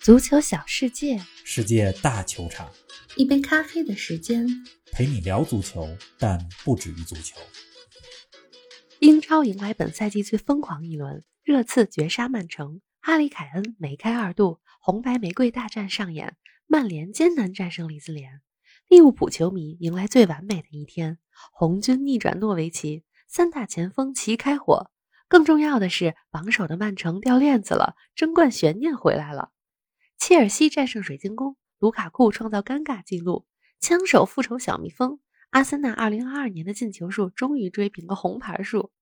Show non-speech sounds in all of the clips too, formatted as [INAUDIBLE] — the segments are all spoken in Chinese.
足球小世界，世界大球场一杯咖啡的时间。陪你聊足球，但不止于足球。英超迎来本赛季最疯狂一轮，热刺绝杀曼城，哈里凯恩梅开二度，红白玫瑰大战上演，曼联艰难战胜利兹联。利物浦球迷迎来最完美的一天，红军逆转诺维奇，三大前锋齐开火。更重要的是，榜首的曼城掉链子了，争冠悬念回来了。切尔西战胜水晶宫，卢卡库创造尴尬纪录，枪手复仇小蜜蜂，阿森纳2022年的进球数终于追平了红牌数。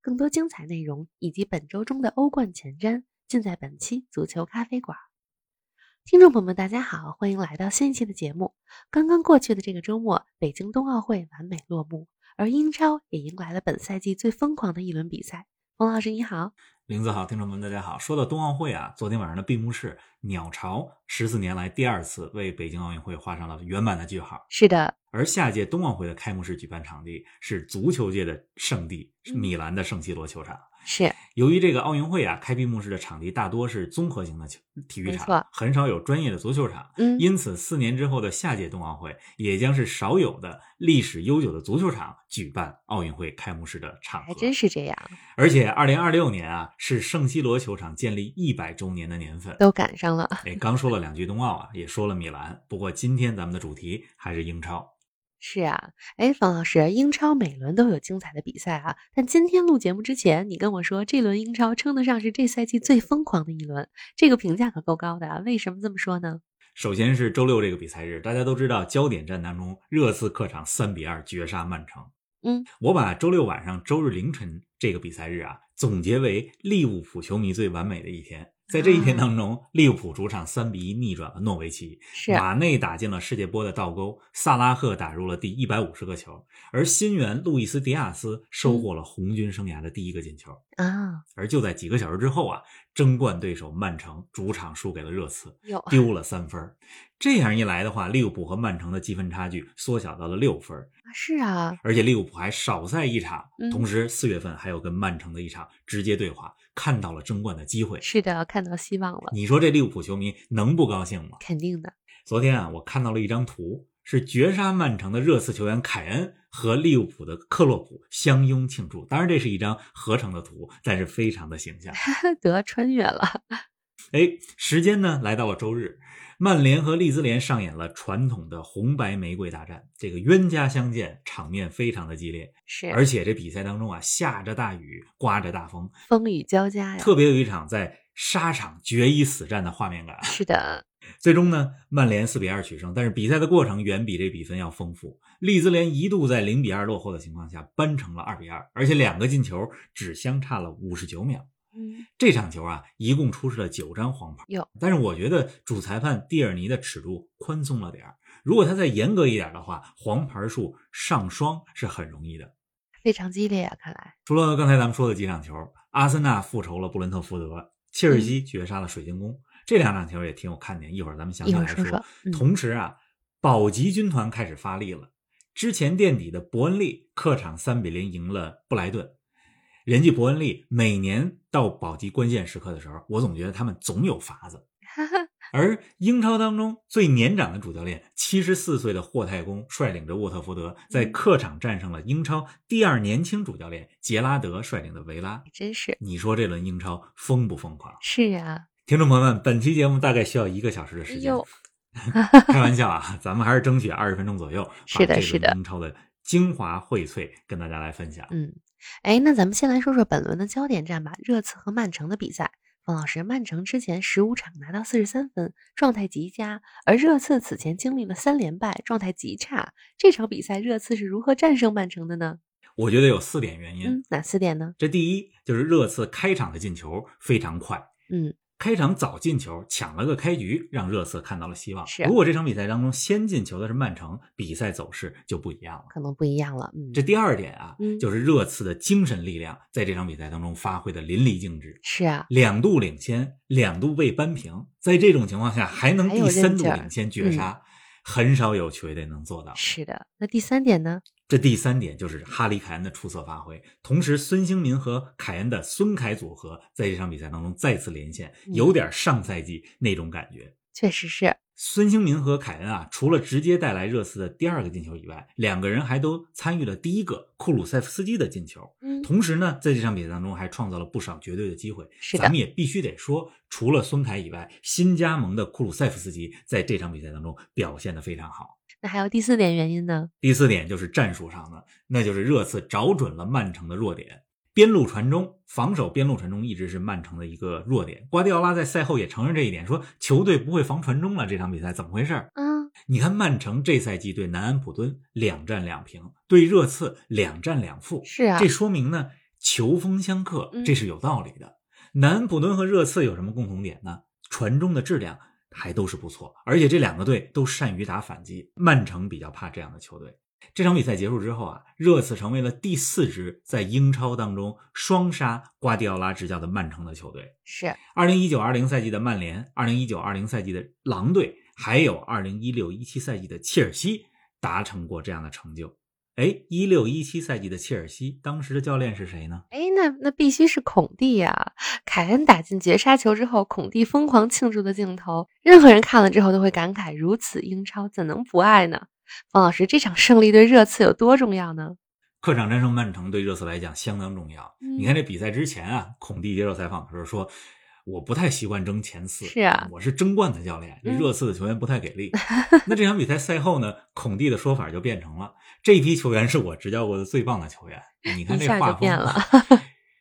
更多精彩内容以及本周中的欧冠前瞻，尽在本期足球咖啡馆。听众朋友们，大家好，欢迎来到新一期的节目。刚刚过去的这个周末，北京冬奥会完美落幕，而英超也迎来了本赛季最疯狂的一轮比赛。冯老师你好，林子好，听众朋友们，大家好。说到冬奥会啊，昨天晚上的闭幕式，鸟巢十四年来第二次为北京奥运会画上了圆满的句号。是的，而下届冬奥会的开幕式举办场地是足球界的圣地——米兰的圣西罗球场。是由于这个奥运会啊，开闭幕式的场地大多是综合型的球体育没错场，很少有专业的足球场。嗯因此四年之后的下届冬奥会也将是少有的历史悠久的足球场举办奥运会开幕式的场合还。真是这样，而且，二零二六年啊，是圣西罗球场建立一百周年的年份。都赶上了。哎，刚说了两句冬奥啊，也说了米兰。不过今天咱们的主题还是英超。是啊，哎，冯老师，英超每轮都有精彩的比赛啊。但今天录节目之前，你跟我说这轮英超称得上是这赛季最疯狂的一轮，这个评价可够高的啊。为什么这么说呢？首先是周六这个比赛日，大家都知道焦点战当中，热刺客场三比二绝杀曼城。嗯，我把周六晚上、周日凌晨这个比赛日啊，总结为利物浦球迷最完美的一天。在这一啊天当中，利物浦主场三比一逆转了诺维奇，是啊马内打进了世界波的倒钩，萨拉赫打入了第一百五十个球，而新援路易斯·迪亚斯收嗯获了红军生涯的第一个进球。啊，而就在几个小时之后啊，争冠对手曼城主场输给了热刺，有啊丢了三分儿。这样一来的话，利物浦和曼城的积分差距缩小到了六分儿，是啊，而且利物浦还少赛一场嗯，同时四月份还有跟曼城的一场直接对话，看到了争冠的机会。是的，看到希望了，你说这利物浦球迷能不高兴吗？肯定的。 [LAUGHS] 昨天啊，我看到了一张图，是绝杀曼城的热刺球员凯恩和利物浦的克洛普相拥庆祝。当然，这是一张合成的图，但是非常的形象。得穿越了，哎，时间呢来到了周日，曼联和利兹联上演了传统的红白玫瑰大战，这个冤家相见，场面非常的激烈。是而且这比赛当中啊，下着大雨，刮着大风，风雨交加呀。特别有一场在沙场决一死战的画面感。啊是的，最终呢，曼联四比二取胜，但是比赛的过程远比这比分要丰富。利兹联一度在零比二落后的情况下扳成了二比二，而且两个进球只相差了五十九秒。嗯，这场球啊，一共出示了九张黄牌哟，但是我觉得主裁判蒂尔尼的尺度宽松了点儿。如果他再严格一点的话，黄牌数上双是很容易的。非常激烈啊，看来除了刚才咱们说的几场球，阿森纳复仇了布伦特福德，切嗯尔西绝杀了水晶宫，这两场球也挺有看点。一会儿咱们详一细会儿来说说。嗯同时啊，保级军团开始发力了。之前垫底的伯恩利客场三比零赢了布莱顿。人家伯恩利每年到保级关键时刻的时候，我总觉得他们总有法子。而英超当中最年长的主教练，七十四岁的霍太公率领着沃特福德在客场战胜了英超第二年轻主教练杰拉德率领的维拉。真是你说这轮英超疯不疯狂？是啊，听众朋友们，本期节目大概需要一个小时的哎时间。 [LAUGHS] 呦， [LAUGHS] 开玩笑啊，咱们还是争取二十分钟左右，是把的这是轮的英超的精华荟萃跟大家来分享。嗯，哎，那咱们先来说说本轮的焦点战吧，热刺和曼城的比赛。冯老师，曼城之前十五场拿到四十三分，状态极佳；而热刺此前经历了三连败，状态极差。这场比赛热刺是如何战胜曼城的嗯呢？我觉得有四点原因，嗯，哪四点呢？这第一就是热刺开场的进球非常快，嗯，开场早进球抢了个开局，让热刺看到了希望。是啊如果这场比赛当中先进球的是曼城，比赛走势就不一样了。可能不一样了。嗯，这第二点啊，嗯就是热刺的精神力量在这场比赛当中发挥的淋漓尽致。是啊，两度领先，两度被扳平，在这种情况下还能还有第三韧度劲儿嗯领先绝杀，很少有球队能做到。是的。那第三点呢？这第三点就是哈里凯恩的出色发挥，同时孙兴民和凯恩的孙凯组合在这场比赛当中再次连线，嗯有点上赛季那种感觉。确实是，孙兴民和凯恩啊，除了直接带来热刺的第二个进球以外，两个人还都参与了第一个库鲁塞夫斯基的进球。嗯，同时呢，在这场比赛当中还创造了不少绝对的机会。是的咱们也必须得说，除了孙凯以外，新加盟的库鲁塞夫斯基在这场比赛当中表现得非常好。那还有第四点原因呢？第四点就是战术上的，那就是热刺找准了曼城的弱点。边路传中，防守边路传中一直是曼城的一个弱点。瓜迪奥拉在赛后也承认这一点，说球队不会防传中了。这场比赛怎么回事儿？嗯，你看曼城这赛季对南安普敦两战两平，对热刺两战两负，是啊这，说明呢球风相克嗯，这是有道理的。南安普敦和热刺有什么共同点呢？传中的质量还都是不错，而且这两个队都善于打反击。曼城比较怕这样的球队。这场比赛结束之后啊，热刺成为了第四支在英超当中双杀瓜迪奥拉执教的曼城的球队。是，二零一九二零赛季的曼联，二零一九二零赛季的狼队，还有二零一六一七赛季的切尔西达成过这样的成就。哎，一六一七赛季的切尔西，当时的教练是谁呢？哎，那那必须是孔蒂呀、凯恩打进绝杀球之后，孔蒂疯狂庆祝的镜头，任何人看了之后都会感慨：如此英超怎能不爱呢？方老师，这场胜利对热刺有多重要呢？客场战胜曼城对热刺来讲相当重要。嗯你看这比赛之前啊，孔蒂接受采访的时候说：“我不太习惯争前四，是啊我是争冠的教练，嗯热刺的球员不太给 [LAUGHS] 力。那这场比赛赛后呢，孔蒂的说法就变成了：“这批球员是我执教过的最棒的球员。”你看一这下就画风变了，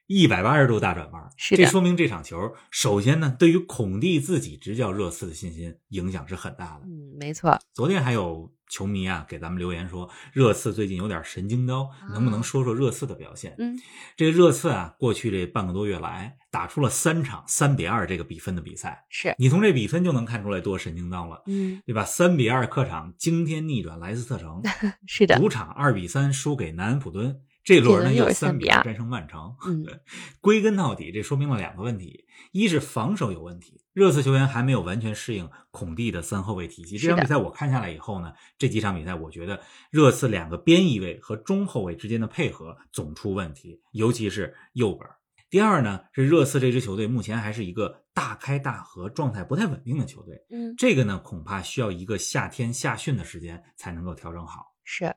一百八十度大转弯。 [LAUGHS] 是的这说明这场球，首先呢，对于孔蒂自己执教热刺的信心影响是很大的。嗯，没错，昨天还有球迷啊给咱们留言说，热刺最近有点神经刀，能不能说说热刺的表现？啊嗯，这个热刺啊，过去这半个多月来打出了三场三比二这个比分的比赛，是，你从这比分就能看出来多神经刀了，嗯，对吧？三比二客场惊天逆转莱斯 [LAUGHS] 特城，是的，主场二比三输给南安普敦，这轮呢这轮又又是三3比二2战胜曼城。嗯，归根到底，这说明了两个问题：一是防守有问题，热刺球员还没有完全适应孔蒂的三后卫体系。是这的场比赛我看下来以后呢，这几场比赛我觉得热刺两个边翼位和中后卫之间的配合总出问题，尤其是右本。第二呢，是热刺这支球队目前还是一个大开大合、状态不太稳定的球队。嗯，这个呢，恐怕需要一个夏天夏训的时间才能够调整好。是，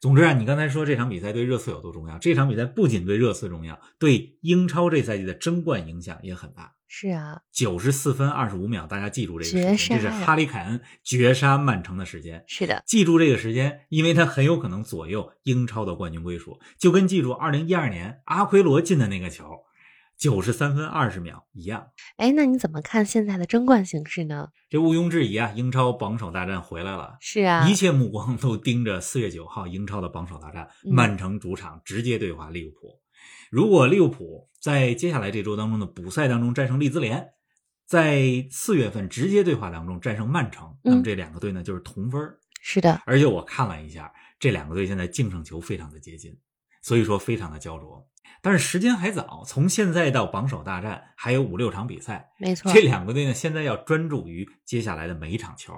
总之啊，你刚才说这场比赛对热刺有多重要？这场比赛不仅对热刺重要，对英超这赛季的争冠影响也很大。是啊，九十四分二十五秒，大家记住这个时绝间，杀这是呀哈里凯恩绝杀曼城的时间。是的，记住这个时间，因为它很有可能左右英超的冠军归属，就跟记住二零一二年阿奎罗进的那个球，九十三分二十秒一样。哎，那你怎么看现在的争冠形势呢？这毋庸置疑啊，英超榜首大战回来了。是啊一，切目光都盯着四月九号英超的榜首大战，嗯曼城主场直接对话利物浦。如果利物浦在接下来这周当中的补赛当中战胜利兹联，在四月份直接对话当中战胜曼城，那么嗯这两个队呢就是同分儿。是的，而且我看了一下，这两个队现在净胜球非常的接近，所以说非常的焦灼。但是时间还早，从现在到榜首大战还有五六场比赛，没错这，两个队呢，现在要专注于接下来的每一场球。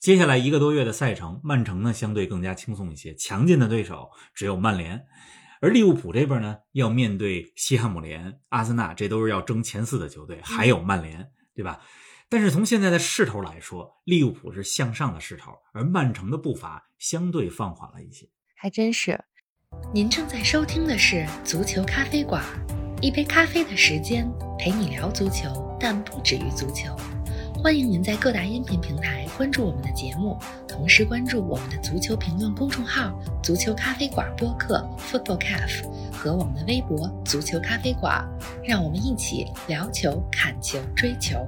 接下来一个多月的赛程，曼城呢相对更加轻松一些，强劲的对手只有曼联，而利物浦这边呢要面对西汉姆联、阿森纳，这都是要争前四的球队，还有曼联，对吧？但是从现在的势头来说，利物浦是向上的势头，而曼城的步伐相对放缓了一些。还真是。您正在收听的是《足球咖啡馆》，一杯咖啡的时间陪你聊足球，但不止于足球。欢迎您在各大音频平台关注我们的节目，同时关注我们的足球评论公众号“足球咖啡馆”播客 （Football Cafe） 和我们的微博“足球咖啡馆”，让我们一起聊球、看球、追球。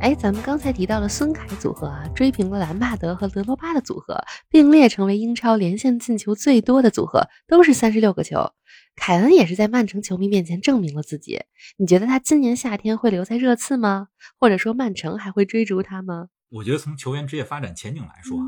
哎，咱们刚才提到了孙凯组合啊，追平了兰帕德和德罗巴的组合，并列成为英超连线进球最多的组合，都是三十六个球。凯恩也是在曼城球迷面前证明了自己。你觉得他今年夏天会留在热刺吗？或者说曼城还会追逐他吗？我觉得从球员职业发展前景来说啊，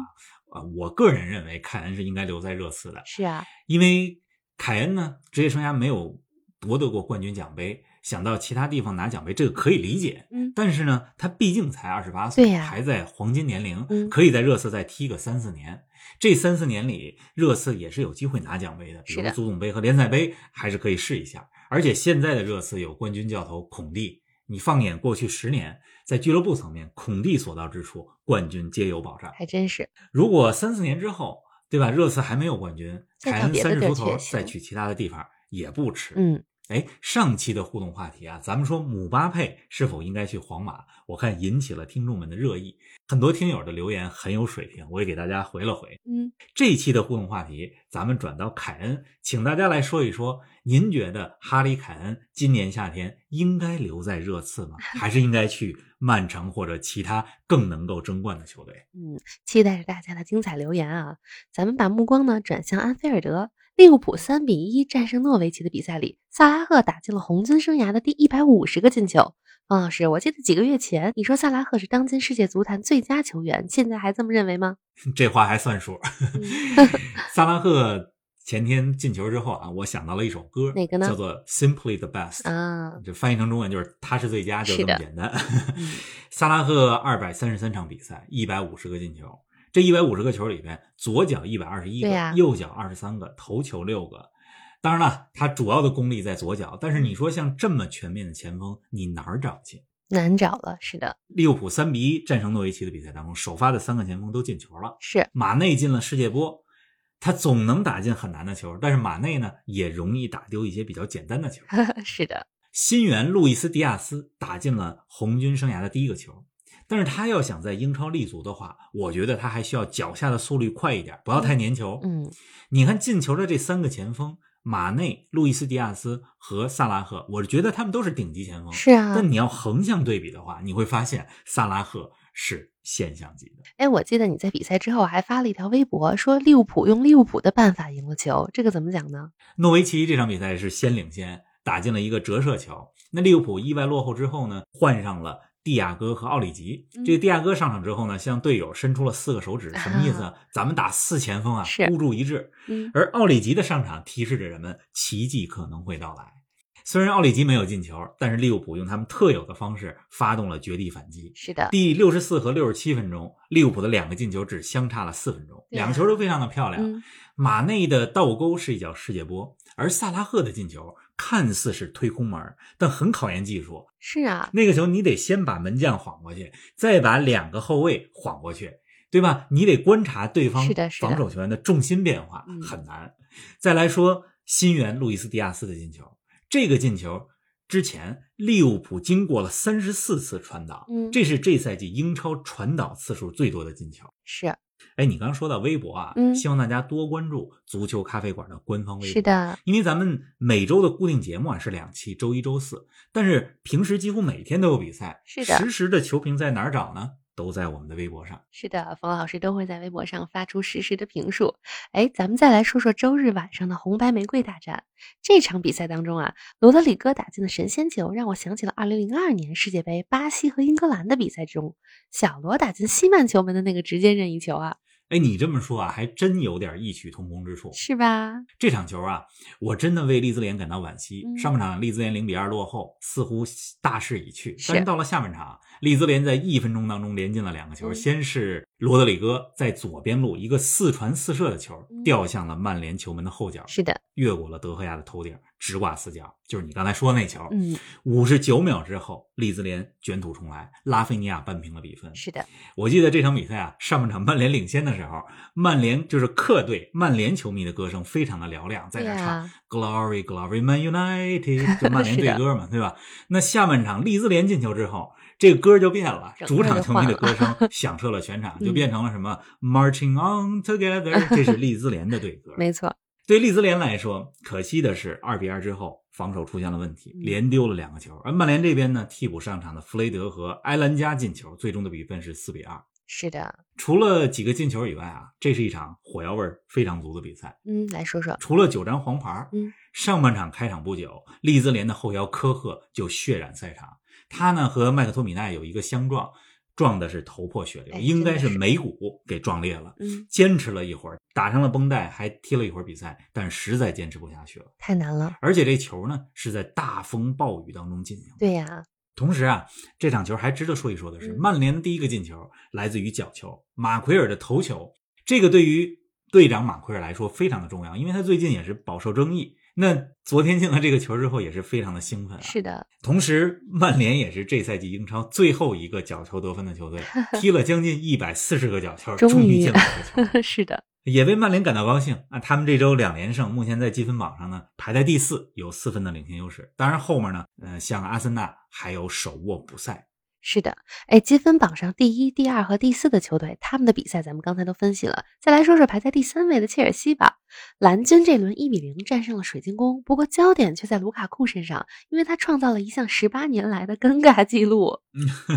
呃，我个人认为凯恩是应该留在热刺的。是啊，因为凯恩呢，职业生涯没有夺得过冠军奖杯，想到其他地方拿奖杯，这个可以理解。嗯，但是呢，他毕竟才二十八岁，对呀还在黄金年龄，嗯可以在热刺再踢个三四年。这三四年里，热刺也是有机会拿奖杯的，比是如的足总杯和联赛杯还是可以试一下。而且现在的热刺有冠军教头孔蒂，你放眼过去十年，在俱乐部层面，孔蒂所到之处，冠军皆有保障。还真是。如果三四年之后，对吧？热刺还没有冠军，再凯找恩别的三十地儿出去头也再行去其他的地方也不迟。嗯，哎，上期的互动话题啊，咱们说姆巴佩是否应该去皇马，我看引起了听众们的热议，很多听友的留言很有水平，我也给大家回了回。嗯，这一期的互动话题，咱们转到凯恩，请大家来说一说，您觉得哈里凯恩今年夏天应该留在热刺吗？还是应该去曼城或者其他更能够争冠的球队？期待着大家的精彩留言啊！咱们把目光呢转向安菲尔德，利物浦三比一战胜诺维奇的比赛里，萨拉赫打进了红军生涯的第一百五十个进球。方老师，我记得几个月前你说萨拉赫是当今世界足坛最佳球员，现在还这么认为吗？这话还算数。嗯萨拉赫前天进球之后啊，我想到了一首歌，哪个呢叫做《Simply the Best》。啊，这翻译成中文就是“他是最佳”，就是这么的简单嗯。萨拉赫二百三十三场比赛，一百五十个进球，这一百五十个球里边，左脚一百二十一个，对呀右脚二十三个，头球六个。当然了，他主要的功力在左脚，但嗯是你说像这么全面的前锋，你哪儿找去？难找了，是的，利物浦三比一战胜诺维奇的比赛当中，首发的三个前锋都进球了。是 [LAUGHS] 马内进了世界波，他总能打进很难的球，但是马内呢也容易打丢一些比较简单的球。 [LAUGHS] 是的，新援路易斯·迪亚斯打进了红军生涯的第一个球，但是他要想在英超立足的话，我觉得他还需要脚下的速率快一点，不要太粘球。嗯，你看进球的这三个前锋，马内、路易斯·迪亚斯和萨拉赫，我觉得他们都是顶级前锋。是啊。哦但你要横向对比的话，你会发现萨拉赫是现象级的。哎，我记得你在比赛之后还发了一条微博，说利物浦用利物浦的办法赢了球，这个怎么讲呢？诺维奇这场比赛是先领先，打进了一个折射球。那利物浦意外落后之后呢，换上了蒂亚戈和奥里吉。嗯这个蒂亚戈上场之后呢，向队友伸出了四个手指，什么意思啊？咱们打四前锋啊是，孤注一掷。嗯，而奥里吉的上场提示着人们奇迹可能会到来。虽然奥里吉没有进球，但是利物浦用他们特有的方式发动了绝地反击。是的，第六十四和六十七分钟，利物浦的两个进球只相差了四分钟，对啊两个球都非常的漂亮。嗯，马内的倒钩是一脚世界波，而萨拉赫的进球看似是推空门儿，但很考验技术。是啊，那个球你得先把门将晃过去，再把两个后卫晃过去，对吧？你得观察对方是的是的防守球员的重心变化，嗯很难。再来说新援路易斯·迪亚斯的进球，这个进球之前，利物浦经过了三十四次传导，嗯这是这赛季英超传导次数最多的进球。是哎，你刚刚说到微博啊，嗯希望大家多关注足球咖啡馆的官方微博。是，的，因为咱们每周的固定节目啊是两期，周一、周四，但是平时几乎每天都有比赛，是的实时的球评在哪儿找呢？都在我们的微博上。是的，冯老师都会在微博上发出实时的评述。哎，咱们再来说说周日晚上的红白玫瑰大战。这场比赛当中啊，罗德里戈打进的神仙球，让我想起了2002年世界杯巴西和英格兰的比赛中，小罗打进西曼球门的那个直接任意球啊，哎，你这么说啊，还真有点异曲同工之处。是吧？这场球啊，我真的为利兹联感到惋惜。嗯上半场利兹联零比二落后，似乎大势已去。是但是到了下半场，利兹联在一分钟当中连进了两个球，嗯先是罗德里戈在左边路一个四传四射的球嗯掉向了曼联球门的后角，是的，越过了德赫亚的头顶，直挂死角，就是你刚才说的那球。嗯，五十九秒之后，利兹联卷土重来，拉菲尼亚扳平了比分。是的，我记得这场比赛啊，上半场曼联领先的时候，曼联就是客队，曼联球迷的歌声非常的嘹亮，在对那唱哎呀， “Glory Glory Man [LAUGHS] United”，就曼联是队的歌嘛，对吧？那下半场利兹联进球之后，这个歌就变了，整主个场就球迷换的了歌 [LAUGHS] 声响彻了全场，就嗯变成了什么 “Marching On [LAUGHS] Together”，这是利兹联的队歌。没错，对利兹联来说，可惜的是，二比二之后防守出现了问题，嗯连丢了两个球。而曼联这边呢，替补上场的弗雷德和埃兰加进球，最终的比分是四比二。是的，除了几个进球以外啊，这是一场火药味儿非常足的比赛。嗯，来说说，除了九张黄牌，嗯，上半场开场不久，利兹联的后腰科赫就血染赛场，他呢和麦克托米奈有一个相撞，撞的是头破血流，哎应该是真的是眉骨给撞裂了。嗯，坚持了一会儿，打上了绷带，还踢了一会儿比赛，但实在坚持不下去了。太难了，而且这球呢是在大风暴雨当中进行的。对呀，同时啊，这场球还值得说一说的是，嗯曼联的第一个进球来自于角球，马奎尔的头球。这个对于队长马奎尔来说非常的重要，因为他最近也是饱受争议。那昨天进了这个球之后，也是非常的兴奋啊。是的， [LAUGHS] 同时，曼联也是这赛季英超最后一个角球得分的 [LAUGHS] 球队，踢了将近一百四十个角球，终于终于进了这个球，是的，也为曼联感到高兴啊！他们这周两连胜，目前在积分榜上呢排在第四，有四分的领先优势。当然后面呢，呃，像阿森纳还有手握补赛。是的。哎，积分榜上第一、第二和第四的球队，他们的比赛咱们刚才都分析了，再来说说排在第三位的切尔西吧。蓝军这轮一比零战胜了水晶宫，不过焦点却在卢卡库身上，因为他创造了一项十八年来的尴尬记录。 [LAUGHS]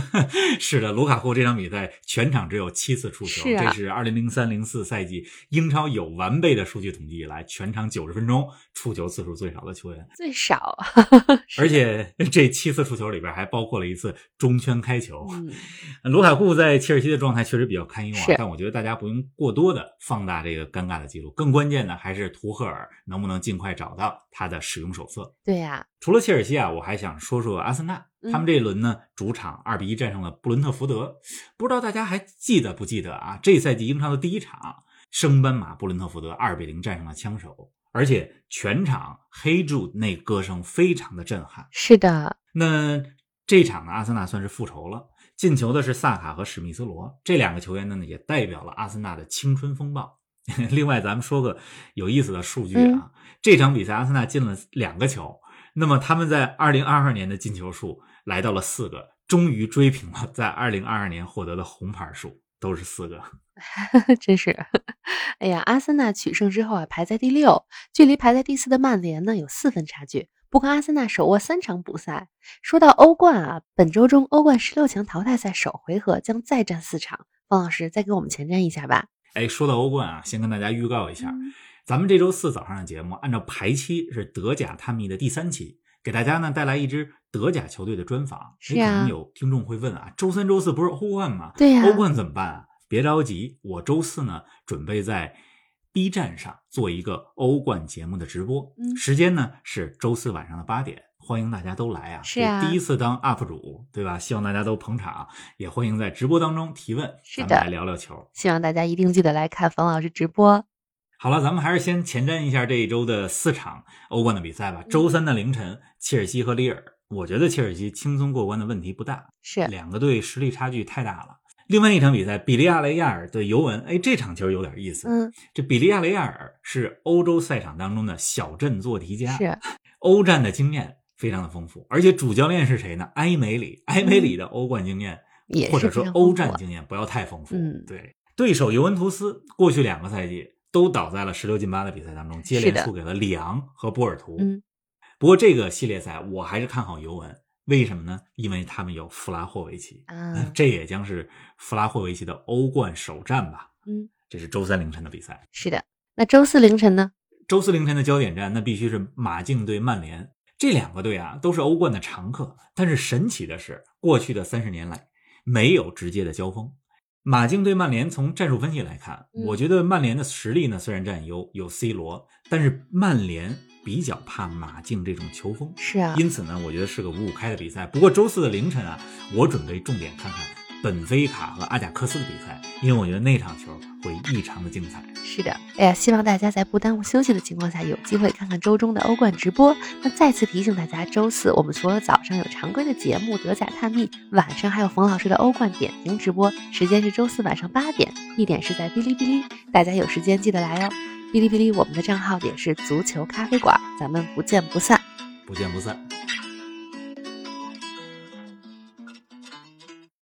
是的，卢卡库这场比赛全场只有七次触球，是啊这是二零零三零四赛季英超有完备的数据统计以来，全场九十分钟触球次数最少的球员。最少，啊而且这七次触球里边还包括了一次中圈开球。嗯，卢卡库在切尔西的状态确实比较堪忧啊是，但我觉得大家不用过多的放大这个尴尬的记录，更关键的还是图赫尔能不能尽快找到他的使用手册。对呀、除了切尔西啊，我还想说说阿森纳，嗯他们这一轮呢主场二比一战胜了布伦特福德，不知道大家还记得不记得啊？这赛季英超的第一场，升班马布伦特福德二比零战胜了枪手，而且全场黑柱那歌声非常的震撼。是的，那这场呢，阿森纳算是复仇了。进球的是萨卡和史密斯罗这两个球员呢，也代表了阿森纳的青春风暴。 [LAUGHS] 另外，咱们说个有意思的数据啊，嗯这场比赛阿森纳进了两个球，那么他们在二零二二年的进球数来到了四个，终于追平了在二零二二年获得的红牌数，都是四个。真是， [LAUGHS] 哎呀，阿森纳取胜之后啊，排在第六，距离排在第四的曼联呢有四分差距。不过阿森纳手握三场补赛。说到欧冠啊，本周中欧冠十六强淘汰赛首回合将再战四场，方老师再给我们前瞻一下吧。哎，说到欧冠啊，先跟大家预告一下，咱们这周四早上的节目，按照排期是德甲探秘的第三期，给大家呢带来一支德甲球队的专访。是你可啊能有听众会问啊，周三、周四不是欧冠吗？对呀、欧冠怎么办啊？别着急，我周四呢准备在 B 站上做一个欧冠节目的直播，嗯时间呢是周四晚上的八点，欢迎大家都来啊！是啊这第一次当 UP 主，对吧？希望大家都捧场，也欢迎在直播当中提问，是咱的们来聊聊球。希望大家一定记得来看冯老师直播。好了，咱们还是先前瞻一下这一周的四场欧冠的比赛吧。嗯周三的凌晨，切尔西和里尔，我觉得切尔西轻松过关的问题不大，是两个队实力差距太大了。另外一场比赛，比利亚雷亚尔对尤文，哎，这场球有点意思。嗯，这比利亚雷亚尔是欧洲赛场当中的小镇做题家，是欧战的经验非常的丰富，而且主教练是谁呢？埃梅里，埃梅里的欧冠经验嗯也或是者非说常丰欧富战啊经验不要太丰富。嗯对，对手尤文图斯过去两个赛季都倒在了十六进八的比赛当中，接是连的输给了里昂和波尔图。嗯，不过这个系列赛我还是看好尤文，为什么呢？因为他们有弗拉霍维奇，呃啊，这也将是弗拉霍维奇的欧冠首战吧。嗯，这是周三凌晨的比赛。是的。那周四凌晨呢？周四凌晨的焦点战，那必须是马竞对曼联。这两个队啊，都是欧冠的常客。但是神奇的是，过去的三十年来没有直接的交锋。马竞对曼联，从战术分析来看，嗯我觉得曼联的实力呢虽然占优，有 C 罗，但是曼联比较怕马竞这种球风，是啊，因此呢，我觉得是个五五开的比赛。不过周四的凌晨啊，我准备重点看看本菲卡和阿贾克斯的比赛，因为我觉得那场球会异常的精彩。是的，哎呀，希望大家在不耽误休息的情况下，有机会看看周中的欧冠直播。那再次提醒大家，周四我们除了早上有常规的节目《德甲探秘》，晚上还有冯老师的欧冠点评直播，时间是周四晚上八点，地点是在哔哩哔哩，大家有时间记得来哦。哔哩哔哩，我们的账号也是足球咖啡馆，咱们不见不散。不见不散。